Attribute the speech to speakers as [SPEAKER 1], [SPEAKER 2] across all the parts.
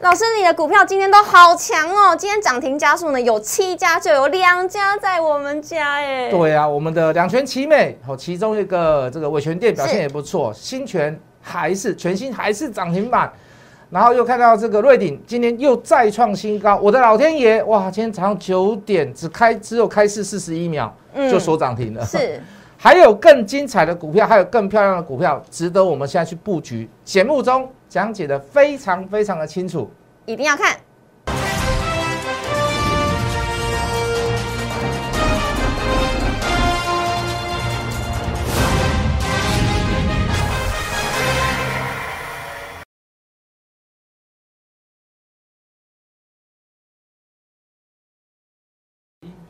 [SPEAKER 1] 老师，你的股票今天都好强哦！今天涨停家数呢有七家，就有两家在我们家耶。
[SPEAKER 2] 对啊，我们的两全其美，好，其中一个这个伟全店表现也不错，新全还是全新还是涨停板，然后又看到这个瑞鼎今天又再创新高，我的老天爷，哇，今天早上九点只开只有开市四十一秒
[SPEAKER 1] 嗯
[SPEAKER 2] 就锁涨停了，
[SPEAKER 1] 是，
[SPEAKER 2] 还有更精彩的股票，还有更漂亮的股票，值得我们现在去布局。节目中讲解的非常非常的清楚。
[SPEAKER 1] 一定要看。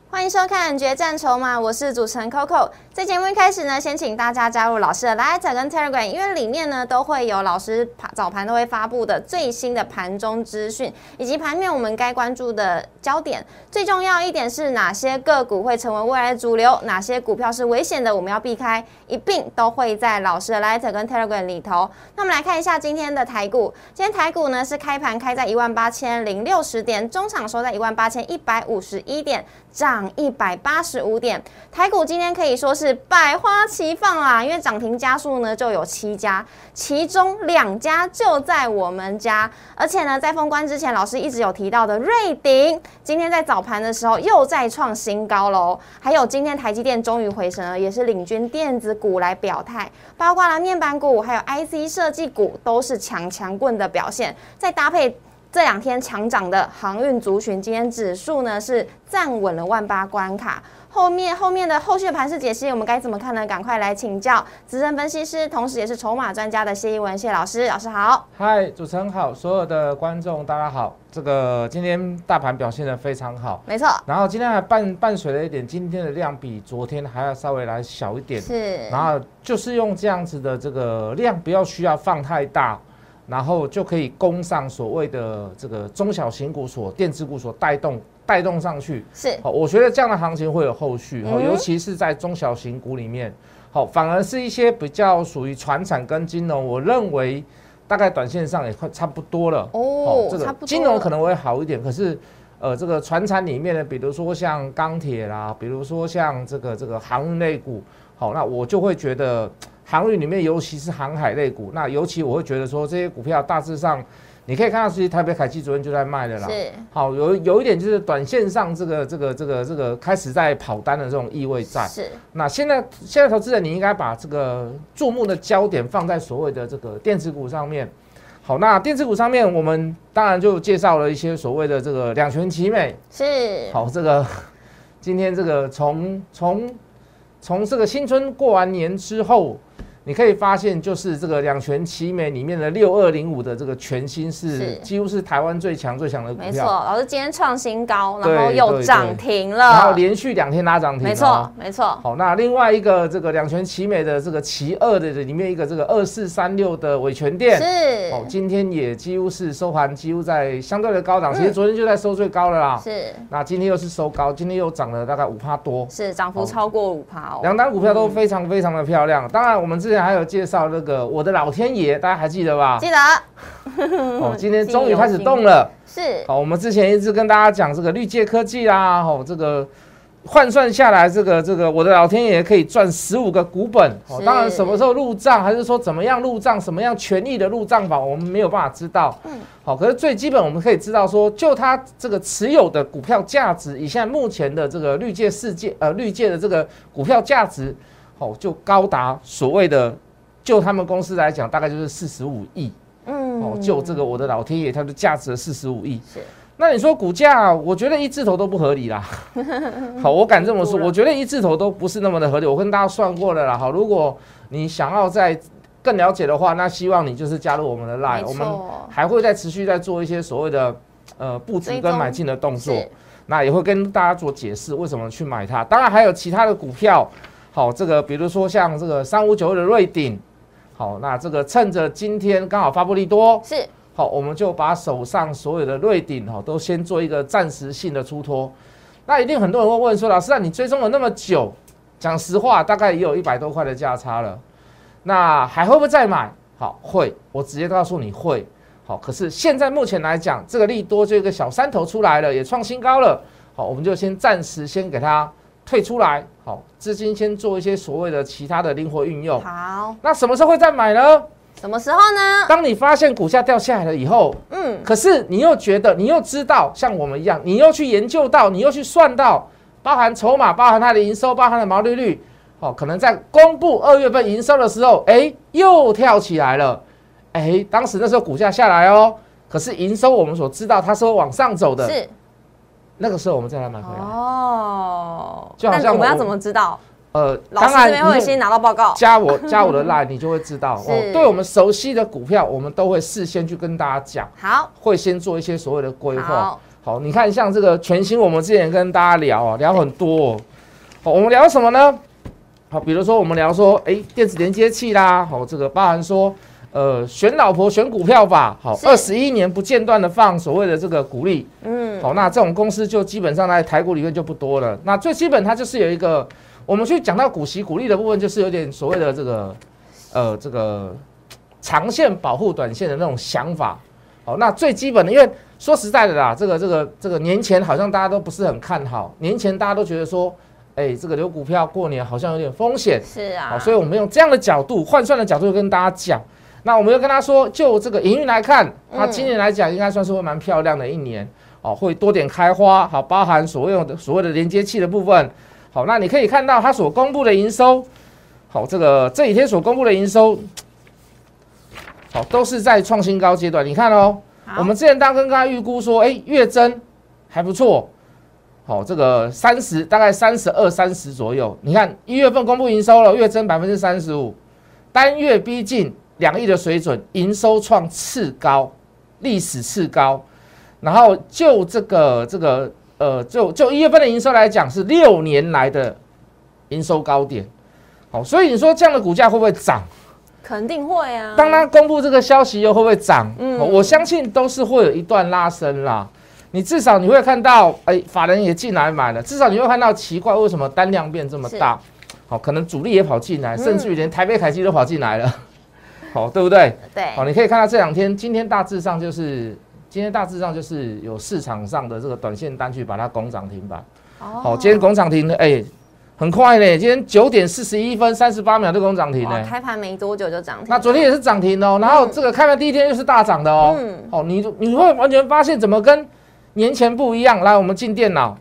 [SPEAKER 1] 欢迎收看《决战筹码》，我是主持人 Coco。在节目一开始呢，先请大家加入老师的 Line 跟 Telegram，因为里面呢都会有老师盘早盘都会发布的最新的盘中资讯，以及盘面我们该关注的焦点。最重要一点是哪些个股会成为未来的主流，哪些股票是危险的，我们要避开，一并都会在老师的 Line 跟 Telegram 里头。那我们来看一下今天的台股，今天台股呢是开盘开在一万八千零六十点，中场收在一万八千一百五十一点，涨一百八十五点。台股今天可以说是百花齐放啦，因为涨停家数呢就有七家，其中两家就在我们家，而且呢在封关之前，老师一直有提到的瑞鼎，今天在早盘的时候又再创新高喽。还有今天台积电终于回神了，也是领军电子股来表态，包括了面板股还有 IC 设计股都是强强棍的表现，再搭配。这两天强涨的航运族群，今天指数呢是站稳了万八关卡。后面后面的后续盘势解析，我们该怎么看呢？赶快来请教资深分析师，同时也是筹码专家的谢一文谢老师，老师好。
[SPEAKER 2] 嗨，主持人好，所有的观众大家好。这个今天大盘表现的非常好，
[SPEAKER 1] 没错，
[SPEAKER 2] 然后今天还伴伴随了一点，今天的量比昨天还要稍微来小一点。
[SPEAKER 1] 是
[SPEAKER 2] 然后就是用这样子的这个量，不要需要放太大，然后就可以攻上所谓的这个中小型股所、电子股所带动带动上去。
[SPEAKER 1] 是
[SPEAKER 2] 好，我觉得这样的行情会有后续，好，
[SPEAKER 1] 嗯
[SPEAKER 2] 尤其是在中小型股里面，好，反而是一些比较属于船产跟金融，我认为大概短线上也快差不多了。
[SPEAKER 1] 哦，
[SPEAKER 2] 这
[SPEAKER 1] 差
[SPEAKER 2] 个
[SPEAKER 1] 不多了。
[SPEAKER 2] 金融可能会好一点，可是。呃，这个船产里面呢，比如说像钢铁啦，比如说像这个这个航运类股，好，那我就会觉得航运里面，尤其是航海类股，那尤其我会觉得说这些股票大致上，你可以看到，其实台北凯基昨天就在卖的啦，
[SPEAKER 1] 是
[SPEAKER 2] 好，有有一点就是短线上这个这个这个这个开始在跑单的这种意味在。
[SPEAKER 1] 是
[SPEAKER 2] 那现在现在投资人你应该把这个注目的焦点放在所谓的这个电子股上面。好，那电子股上面我们当然就介绍了一些所谓的这个两全其美。
[SPEAKER 1] 是
[SPEAKER 2] 好，这个 今天这个从从从这个新春过完年之后。你可以发现，就是这个两全其美里面的六二零五的这个全新是
[SPEAKER 1] 是
[SPEAKER 2] 几乎是台湾最强最强的股
[SPEAKER 1] 没错，
[SPEAKER 2] 票。
[SPEAKER 1] 老师今天创新高，
[SPEAKER 2] 对
[SPEAKER 1] 然后又涨停
[SPEAKER 2] 然后
[SPEAKER 1] 了，
[SPEAKER 2] 连啊续两天拉涨停、哦
[SPEAKER 1] 没错。没错，
[SPEAKER 2] 好，那另外一个这个两全其美的这个其二的里面一个这个二四三六的伟全店，
[SPEAKER 1] 是嗯
[SPEAKER 2] 哦，今天也几乎是收盘，几乎在相对的高档，其实昨天就在收最高了啦。
[SPEAKER 1] 是
[SPEAKER 2] 那今天又是收高，今天又涨了大概五趴多，
[SPEAKER 1] 是，涨幅
[SPEAKER 2] 好
[SPEAKER 1] 超过五趴哦，
[SPEAKER 2] 两单股票都非常非常的
[SPEAKER 1] 嗯
[SPEAKER 2] 漂亮。当然，我们之前还有介绍那个我的老天爷，大家还记得吧？
[SPEAKER 1] 记得
[SPEAKER 2] 哦，今天
[SPEAKER 1] 记忆
[SPEAKER 2] 终于
[SPEAKER 1] 犹
[SPEAKER 2] 开始
[SPEAKER 1] 嗯新
[SPEAKER 2] 动了。
[SPEAKER 1] 是
[SPEAKER 2] 好，我们之前一直跟大家讲这个绿界科技啦，哦，这个换算下来，这个这个我的老天爷可以赚十五个股本。哦，
[SPEAKER 1] 是
[SPEAKER 2] 当然什么时候入账，还是说怎么样入账，什么样权益的入账法，我们没有办法知道。
[SPEAKER 1] 嗯
[SPEAKER 2] 嗯，好，可是最基本我们可以知道说，就它这个持有的股票价值，以现在目前的这个绿界世界呃绿界的这个股票价值，哦，就高达所谓的。就他们公司来讲，大概就是四十五亿
[SPEAKER 1] 嗯
[SPEAKER 2] 哦。就这个，我的老天爷，它的价值四十五亿。
[SPEAKER 1] 是
[SPEAKER 2] 那你说股价，我觉得一字头都不合理啦。 好，我敢这么说，我觉得一字头都不是那么的合理。我跟大家算过了啦。好，如果你想要再更了解的话，那希望你就是加入我们的 line，
[SPEAKER 1] 没
[SPEAKER 2] 我们
[SPEAKER 1] 错，
[SPEAKER 2] 还会再持续再做一些所谓的呃布局
[SPEAKER 1] 追
[SPEAKER 2] 跟
[SPEAKER 1] 踪
[SPEAKER 2] 买进的动作。
[SPEAKER 1] 是
[SPEAKER 2] 那也会跟大家做解释为什么去买它。当然还有其他的股票，好，这个比如说像这个三五九二的瑞鼎，好，那这个趁着今天刚好发布利多，
[SPEAKER 1] 是
[SPEAKER 2] 好，我们就把手上所有的瑞鼎哈都先做一个暂时性的出脱。那一定很多人会问说，老师啊，你追踪了那么久，讲实话，大概也有一百多块的价差了，那还会不会再买？好，会，我直接告诉你会。好，可是现在目前来讲，这个利多这个小山头出来了，也创新高了。好，我们就先暂时先给它退出来，好，资金先做一些所谓的其他的灵活运用。
[SPEAKER 1] 好，
[SPEAKER 2] 那什么时候会再买呢？
[SPEAKER 1] 什么时候呢？
[SPEAKER 2] 当你发现股价掉下来了以后，
[SPEAKER 1] 嗯，
[SPEAKER 2] 可是你又觉得，你又知道，像我们一样，你又去研究到，你又去算到，包含筹码，包含它的营收，包含它的毛利率，哦，可能在公布二月份营收的时候，哎，又跳起来了，哎，当时那时候股价下来哦，可是营收我们所知道它是会往上走的，
[SPEAKER 1] 是
[SPEAKER 2] 那个时候我们再来买回来，
[SPEAKER 1] 哦。
[SPEAKER 2] 就好像
[SPEAKER 1] 但我们要
[SPEAKER 2] 我
[SPEAKER 1] 怎么知道？
[SPEAKER 2] 呃，
[SPEAKER 1] 老
[SPEAKER 2] 当
[SPEAKER 1] 师这
[SPEAKER 2] 然
[SPEAKER 1] 边会
[SPEAKER 2] 你
[SPEAKER 1] 先拿到报告。
[SPEAKER 2] 加我加我的 line，你就会知道哦
[SPEAKER 1] 是，
[SPEAKER 2] 对我们熟悉的股票，我们都会事先去跟大家讲。
[SPEAKER 1] 好，
[SPEAKER 2] 会先做一些所谓的规划
[SPEAKER 1] 好。
[SPEAKER 2] 好，你看像这个全新，我们之前跟大家聊啊，聊很多、哦。好，我们聊什么呢？好，比如说我们聊说，哎，电子连接器啦，好，这个包含说，呃，选老婆选股票法，好，
[SPEAKER 1] 是
[SPEAKER 2] 二十一年不间断的放所谓的这个股利，
[SPEAKER 1] 嗯，
[SPEAKER 2] 好，那这种公司就基本上在台股里面就不多了。那最基本它就是有一个，我们去讲到股息股利的部分，就是有点所谓的这个，呃，这个长线保护短线的那种想法。好，那最基本的，因为说实在的啦，这个这个这个年前好像大家都不是很看好，年前大家都觉得说，哎，这个留股票过年好像有点风险，
[SPEAKER 1] 是
[SPEAKER 2] 好，
[SPEAKER 1] 啊，
[SPEAKER 2] 所以我们用这样的角度换算的角度跟大家讲。那我们又跟他说，就这个营运来看，它今年来讲应该算是会蛮漂亮的一年哦，会多点开花，好，包含所有的所谓的连接器的部分。好，那你可以看到它所公布的营收，好，这个这几天所公布的营收，好，都是在创新高阶段。你看哦，
[SPEAKER 1] 好
[SPEAKER 2] 我们之前当跟大家预估说，哎，月增还不错，好、这个三十大概三十二、三十左右。你看一月份公布营收了，月增百分之三十五，单月逼近两亿的水准，营收创次高，历史次高。然后就这个这个呃，就就一月份的营收来讲，是六年来的营收高点。好、所以你说这样的股价会不会涨？
[SPEAKER 1] 肯定会啊。
[SPEAKER 2] 当他公布这个消息又会不会涨？
[SPEAKER 1] 嗯
[SPEAKER 2] 嗯，我相信都是会有一段拉升啦。你至少你会看到，哎，法人也进来买了，至少你会看到奇怪，为什么单量变这么大？好，可能主力也跑进来，甚至于连台北凯基都跑进来了，好，对不对？
[SPEAKER 1] 对
[SPEAKER 2] 好，，你可以看到这两天，今天大致上就是今天大致上就是有市场上的这个短线单去把它拱涨停板。好，
[SPEAKER 1] 哦
[SPEAKER 2] 今天拱涨停，哎，很快呢，今天九点四十一分三十八秒就拱涨停
[SPEAKER 1] 哇
[SPEAKER 2] 呢。
[SPEAKER 1] 开盘没多久就涨停了。
[SPEAKER 2] 那昨天也是涨停哦，然后这个开盘第一天又是大涨的哦。
[SPEAKER 1] 嗯
[SPEAKER 2] 哦，你你会完全发现怎么跟年前不一样。来，我们进电脑，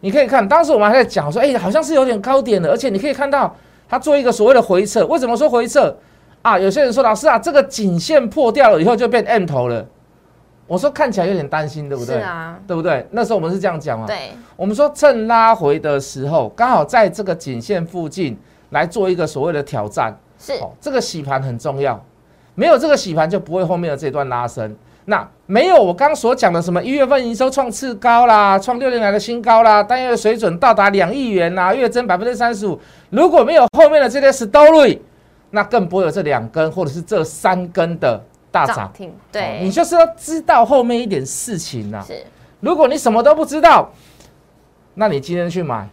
[SPEAKER 2] 你可以看，当时我们还在讲说，哎，好像是有点高点的，而且你可以看到它做一个所谓的回撤。为什么说回撤啊？有些人说老师啊，这个颈线破掉了以后就变 M 头了。我说看起来有点担心，对不对？
[SPEAKER 1] 是啊，
[SPEAKER 2] 对不对？那时候我们是这样讲嘛。
[SPEAKER 1] 对，
[SPEAKER 2] 我们说趁拉回的时候，刚好在这个颈线附近来做一个所谓的挑战。
[SPEAKER 1] 是
[SPEAKER 2] 哦，这个洗盘很重要，没有这个洗盘就不会后面的这段拉升。那没有我刚刚所讲的什么一月份营收创次高啦，创六年来的新高啦，单月水准到达两亿元啦，月增百分之三十五。如果没有后面的这些 story，那更不会有这两根或者是这三根的大涨。
[SPEAKER 1] 停。
[SPEAKER 2] 哦
[SPEAKER 1] 对，
[SPEAKER 2] 你就是要知道后面一点事情呐、啊
[SPEAKER 1] 是
[SPEAKER 2] 如果你什么都不知道，那你今天去买，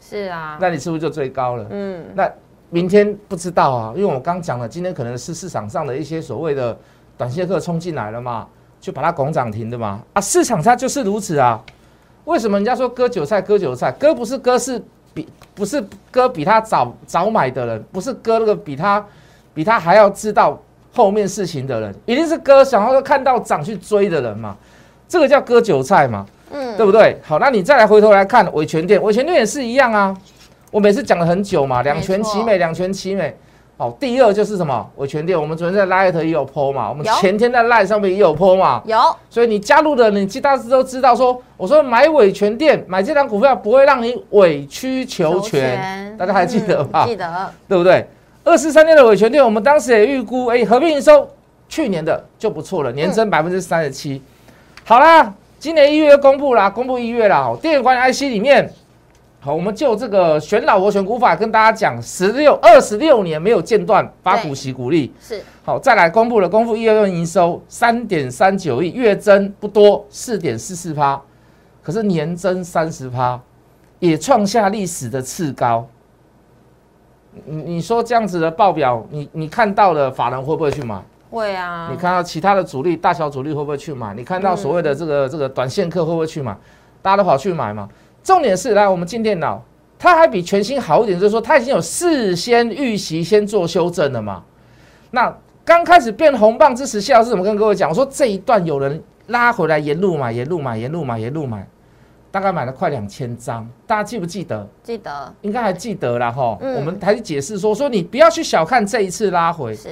[SPEAKER 1] 是啊，
[SPEAKER 2] 那你是不是就追高了？
[SPEAKER 1] 嗯，
[SPEAKER 2] 那明天不知道啊，因为我刚讲了，今天可能是市场上的一些所谓的短线客冲进来了嘛，就把它拱涨停的嘛。啊，市场它就是如此啊。为什么人家说割韭菜割韭菜？割不是割是比不是割比他早早买的人，不是割那个比他比他还要知道后面事情的人，一定是割想要看到涨去追的人嘛。这个叫割韭菜嘛。
[SPEAKER 1] 嗯，
[SPEAKER 2] 对不对？好，那你再来回头来看维权店，维权店也是一样啊。我每次讲了很久嘛，两全其
[SPEAKER 1] 没
[SPEAKER 2] 美，两全其美。好，第二就是什么？维权店，我们昨天在 Light 也有 PO 嘛，我们
[SPEAKER 1] 有
[SPEAKER 2] 前天在 Light 上面也有 PO 嘛。
[SPEAKER 1] 有
[SPEAKER 2] 所以你加入的人，你大致都知道说，我说买维权店，买这张股票不会让你委曲求全，大家还记得
[SPEAKER 1] 嗯
[SPEAKER 2] 吧？
[SPEAKER 1] 记得，
[SPEAKER 2] 对不对？二四三六的尾权店，我们当时也预估，哎，合并营收去年的就不错了，年增百分之三十七。好啦，今年一月又公布啦，公布一月啦，哦好，电源管理 IC 里面，好，我们就这个选老婆选股法跟大家讲，十六二十六年没有间断发股息股利，
[SPEAKER 1] 是
[SPEAKER 2] 好，再来公布了，公布一月份营收三点三九亿，月增不多，四点四四趴，可是年增三十趴，也创下历史的次高。你你说这样子的报表，你你看到了，法人会不会去买？
[SPEAKER 1] 会啊，嗯
[SPEAKER 2] 你看到其他的主力、大小主力会不会去买？你看到所谓的这个这个短线客会不会去买？大家都跑去买嘛。重点是，来我们进电脑，它还比全新好一点，就是说它已经有事先预习、先做修正了嘛。那刚开始变红棒之时，谢老师怎么跟各位讲？我说这一段有人拉回来沿路买、沿路买、沿路买、沿路买，大概买了快两千张，大家记不记得？
[SPEAKER 1] 记得
[SPEAKER 2] 应该还记得啦哈。
[SPEAKER 1] 嗯
[SPEAKER 2] 我们还是解释说，说你不要去小看这一次拉回，
[SPEAKER 1] 是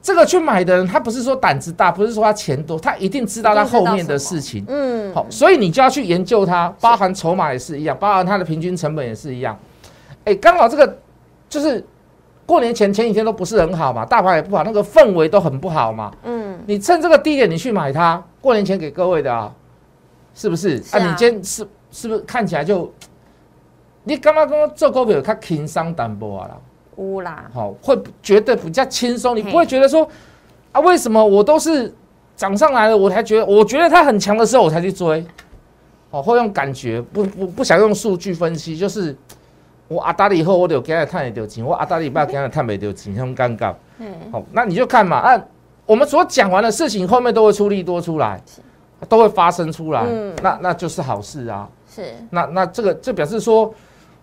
[SPEAKER 2] 这个去买的人，他不是说胆子大，不是说他钱多，他一定知道他后面的事情。
[SPEAKER 1] 嗯
[SPEAKER 2] 好，所以你就要去研究它，包含筹码也是一样，包含它的平均成本也是一样。哎，刚好这个就是过年前前几天都不是很好嘛，大盘也不好，那个氛围都很不好嘛。
[SPEAKER 1] 嗯
[SPEAKER 2] 你趁这个低点你去买它，过年前给各位的啊，是不是？
[SPEAKER 1] 是啊
[SPEAKER 2] 你今天是是不是看起来就你刚刚跟我做股票，它轻松淡薄啊啦。
[SPEAKER 1] 乌啦，
[SPEAKER 2] 好、会觉得比较轻松，你
[SPEAKER 1] 嘿
[SPEAKER 2] 不会觉得说啊，为什么我都是涨上来了，我才觉得，我觉得它很强的时候我才去追，哦，会用感觉，不不不想用数据分析，就是我阿达了以后，我得给他探得到钱，我阿达里爸给他探没到钱，很尴尬。
[SPEAKER 1] 嗯
[SPEAKER 2] 好、哦那你就看嘛，啊，我们所讲完的事情后面都会出利多出来，都会发生出来，
[SPEAKER 1] 嗯
[SPEAKER 2] 那那就是好事啊。
[SPEAKER 1] 是
[SPEAKER 2] 那那这个这表示说，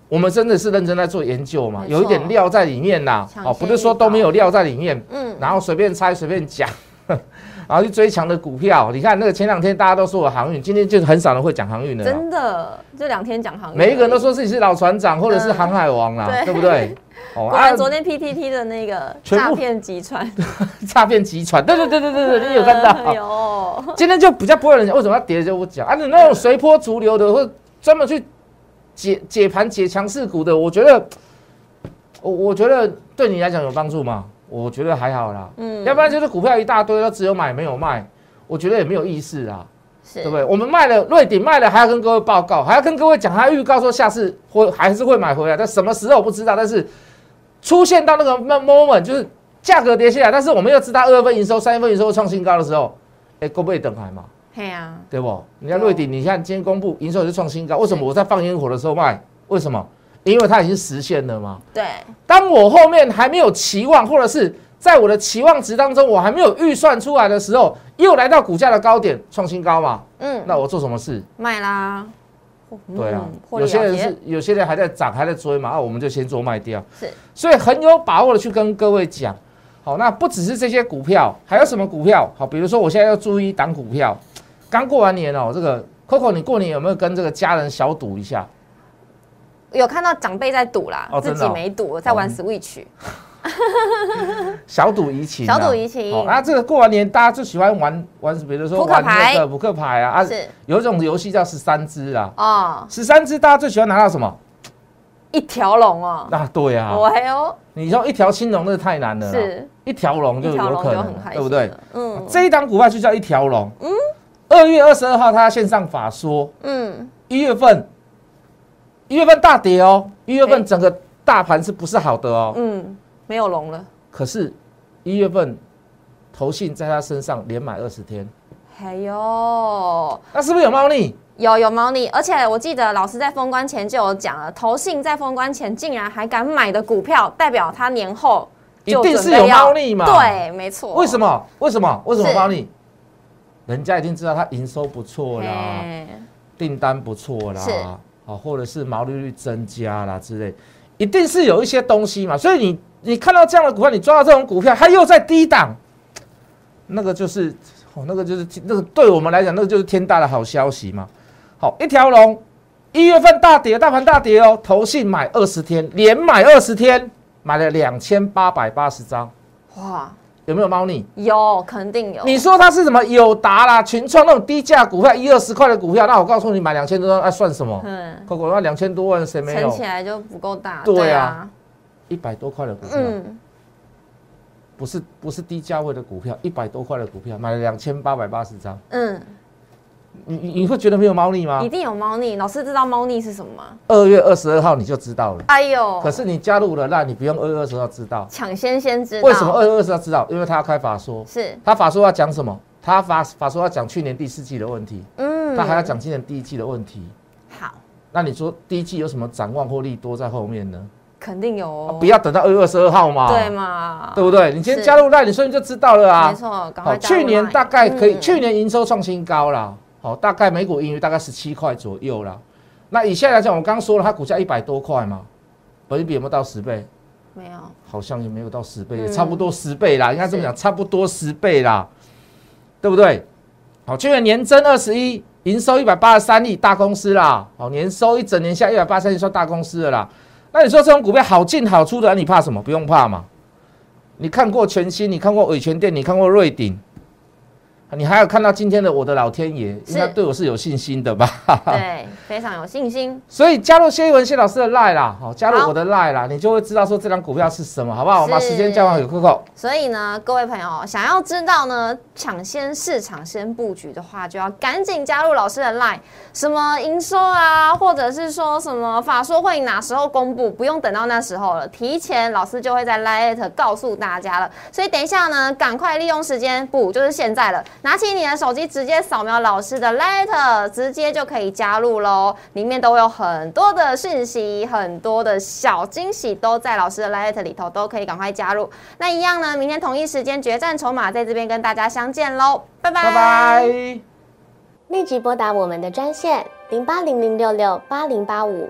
[SPEAKER 2] 我们真的是认真在做研究嘛，
[SPEAKER 1] 没错
[SPEAKER 2] 有一点料在里面啦
[SPEAKER 1] 抢，先
[SPEAKER 2] 哦，不是说都没有料在里面，
[SPEAKER 1] 嗯
[SPEAKER 2] 然后随便猜随便讲， 然后去追强的股票。你看那个前两天大家都说我航运，今天就很少人会讲航运的啦，
[SPEAKER 1] 真的这两天讲行业，
[SPEAKER 2] 啊 每一个人都说自己是老船长或者是
[SPEAKER 1] 嗯
[SPEAKER 2] 航海王啦，
[SPEAKER 1] 对
[SPEAKER 2] 对不对？哦
[SPEAKER 1] 果然昨天 PTT 的那个
[SPEAKER 2] 全
[SPEAKER 1] 诈
[SPEAKER 2] 部
[SPEAKER 1] 骗集 团，
[SPEAKER 2] 诈骗集团，对对对对对对，你有 看到？
[SPEAKER 1] 有
[SPEAKER 2] 今天就比较不会有人讲为什么要跌，就我讲啊，你那种随波逐流的，或专门去解解盘解强势股的，我觉得，我我觉得对你来讲有帮助吗？我觉得还好啦，
[SPEAKER 1] 嗯
[SPEAKER 2] 要不然就是股票一大堆，都只有买没有卖，我觉得也没有意思啊啦，
[SPEAKER 1] 是
[SPEAKER 2] 对不对？我们卖了瑞鼎卖了，还要跟各位报告，还要跟各位讲，还要预告说下次会还是会买回来，但什么时候我不知道，但是出现到那个 moment 就是价格跌下来，但是我们又知道二月份营收、三月份营收会创新高的时候，哎，够不会等还嘛？
[SPEAKER 1] 嘿啊，
[SPEAKER 2] 对不？你看瑞鼎，你看今天公布营收也是创新高，为什么我在放烟火的时候卖？为什么？因为它已经实现了嘛。
[SPEAKER 1] 对，
[SPEAKER 2] 当我后面还没有期望，或者是在我的期望值当中，我还没有预算出来的时候，又来到股价的高点创新高嘛，
[SPEAKER 1] 嗯，
[SPEAKER 2] 那我做什么事？
[SPEAKER 1] 卖啦，
[SPEAKER 2] 对啊
[SPEAKER 1] 嗯，获利
[SPEAKER 2] 有些人
[SPEAKER 1] 了
[SPEAKER 2] 是有些人还在涨，还在追嘛，啊，我们就先做卖掉。
[SPEAKER 1] 结是
[SPEAKER 2] 所以很有把握的去跟各位讲。好，那不只是这些股票，还有什么股票？好，比如说我现在要注意一档股票，刚过完年哦，这个 Coco，你过年有没有跟这个家人小赌一下？
[SPEAKER 1] 有看到长辈在赌啦，
[SPEAKER 2] 哦
[SPEAKER 1] 自
[SPEAKER 2] 真
[SPEAKER 1] 己
[SPEAKER 2] 的哦
[SPEAKER 1] 没赌，我在玩
[SPEAKER 2] 哦
[SPEAKER 1] Switch，
[SPEAKER 2] 小赌怡情、啊
[SPEAKER 1] 小赌怡情
[SPEAKER 2] 好，那这个过完年大家就喜欢玩玩，比如说
[SPEAKER 1] 扑克
[SPEAKER 2] 玩
[SPEAKER 1] 牌
[SPEAKER 2] 那个扑克牌啊，啊，
[SPEAKER 1] 是
[SPEAKER 2] 有一种游戏叫十三只啊，
[SPEAKER 1] 哦，
[SPEAKER 2] 十三只大家最喜欢拿到什么？
[SPEAKER 1] 一条龙哦，
[SPEAKER 2] 啊，对啊，
[SPEAKER 1] 哎呦，
[SPEAKER 2] 你说一条青龙那太难了啦，
[SPEAKER 1] 是
[SPEAKER 2] 一条龙就
[SPEAKER 1] 一条
[SPEAKER 2] 啊有
[SPEAKER 1] 龙
[SPEAKER 2] 可
[SPEAKER 1] 就
[SPEAKER 2] 能
[SPEAKER 1] 很
[SPEAKER 2] 了，
[SPEAKER 1] 开心，
[SPEAKER 2] 对不对？？
[SPEAKER 1] 嗯
[SPEAKER 2] 这一档股票就叫一条龙。嗯，二月二十二号它线上法说，
[SPEAKER 1] 嗯，
[SPEAKER 2] 一月份，一月份大跌哦，一月
[SPEAKER 1] 哎
[SPEAKER 2] 份整个大盘是不是好的哦？
[SPEAKER 1] 嗯，没有龙了，
[SPEAKER 2] 可是，一月份投信在它身上连买二十天，
[SPEAKER 1] 哎呦，
[SPEAKER 2] 那是不是有猫腻？
[SPEAKER 1] 有有猫腻，而且我记得老师在封关前就有讲了，投信在封关前竟然还敢买的股票，代表他年后
[SPEAKER 2] 一
[SPEAKER 1] 就
[SPEAKER 2] 定
[SPEAKER 1] 准
[SPEAKER 2] 是
[SPEAKER 1] 备
[SPEAKER 2] 有
[SPEAKER 1] 要
[SPEAKER 2] 猫腻嘛？，
[SPEAKER 1] 对，没错。
[SPEAKER 2] 为什么？为什么？为什么
[SPEAKER 1] 是
[SPEAKER 2] 猫腻？人家已经知道它营收不错啦。
[SPEAKER 1] 嘿？
[SPEAKER 2] 订单不错
[SPEAKER 1] 是
[SPEAKER 2] 啦，啊，或者是毛利率增加啦之类，一定是有一些东西嘛。所以你你看到这样的股票，你抓到这种股票，它又在低档，那个就是哦，那个就是那个对我们来讲，那个就是天大的好消息嘛。好，一条龙，一月份大跌，大盘大跌哦，投信买二十天，连买二十天，买了两千八百八十张，
[SPEAKER 1] 哇，
[SPEAKER 2] 有没有猫腻？
[SPEAKER 1] 有肯定有。
[SPEAKER 2] 你说它是什么友达啦、群创那种低价股票，一二十块的股票，那我告诉你，买两千多张，那、啊算什么？
[SPEAKER 1] 嗯，
[SPEAKER 2] 扣扣那两千多万谁没
[SPEAKER 1] 乘
[SPEAKER 2] 有
[SPEAKER 1] 起？来就不够大。
[SPEAKER 2] 对啊
[SPEAKER 1] 对，
[SPEAKER 2] 一百多块的股票，
[SPEAKER 1] 嗯，
[SPEAKER 2] 不是不是低价位的股票，一百多块的股票买了两千八百八十张，
[SPEAKER 1] 嗯，
[SPEAKER 2] 你你你会觉得没有猫腻吗
[SPEAKER 1] 一？定有猫腻。老师知道猫腻是什么吗？
[SPEAKER 2] 二月二十二号你就知道了。
[SPEAKER 1] 哎呦，
[SPEAKER 2] 可是你加入了，那你不用二月二十号知道。
[SPEAKER 1] 抢先先知道嗯
[SPEAKER 2] 为什么二月二十号知道？因为他要开法说，
[SPEAKER 1] 是
[SPEAKER 2] 他法说要讲什么？他法法说要讲去年第四季的问题，
[SPEAKER 1] 嗯，
[SPEAKER 2] 他还要讲今年第一季的问题。
[SPEAKER 1] 好
[SPEAKER 2] 那你说第一季有什么展望或利多在后面呢？
[SPEAKER 1] 肯定有
[SPEAKER 2] 啊
[SPEAKER 1] 哦，
[SPEAKER 2] 不要等到二月二十二号嘛，
[SPEAKER 1] 对嘛？
[SPEAKER 2] 对不对？你今天
[SPEAKER 1] 是
[SPEAKER 2] 加入赖，你说你就知道了啊。
[SPEAKER 1] 没错，赶
[SPEAKER 2] 好，
[SPEAKER 1] 快加入
[SPEAKER 2] 去年
[SPEAKER 1] Line
[SPEAKER 2] 大概可以，
[SPEAKER 1] 嗯
[SPEAKER 2] 去年营收创新高啦，好，大概每股盈余大概十七块左右啦。那以现在来讲，我刚说了，它股价一百多块嘛，本益比有没有到十倍？
[SPEAKER 1] 没有，
[SPEAKER 2] 好像也没有到十倍，也
[SPEAKER 1] 嗯
[SPEAKER 2] 差不多十倍啦，应该这么
[SPEAKER 1] 是
[SPEAKER 2] 讲，差不多十倍啦，对不对？好，去年年增二十一，营收一百八十三亿，大公司啦，好，年收一整年下一百八十三亿算大公司了啦。那你说这种股票好进好出的，你怕什么？不用怕嘛。你看过全新，你看过伟全店，你看过瑞鼎，啊你还有看到今天的我的老天爷，应该
[SPEAKER 1] 是
[SPEAKER 2] 对我是有信心的吧？
[SPEAKER 1] 对，非常有信心。
[SPEAKER 2] 所以加入谢一文谢老师的 line 啦，好，加
[SPEAKER 1] 好
[SPEAKER 2] 入我的 line 啦，你就会知道说这张股票是什么，好不好？我们把
[SPEAKER 1] 是
[SPEAKER 2] 时间交还给 Coco。
[SPEAKER 1] 所以呢，各位朋友想要知道呢，抢先市场先布局的话，就要赶紧加入老师的 line，什么营收啊，或者是说什么法说会哪时候公布，不用等到那时候了，提前老师就会在 line 告诉大家了。所以等一下呢，赶快利用时间，不就是现在了，拿起你的手机直接扫描老师的 line，直接就可以加入喽，里面都有很多的讯息，很多的小惊喜都在老师的 line 里头，都可以赶快加入。那一样呢，明天同一时间决战筹码在这边跟大家相见喽，拜拜
[SPEAKER 2] 拜拜。
[SPEAKER 3] 立即拨打我们的专线零八零零六六八零八五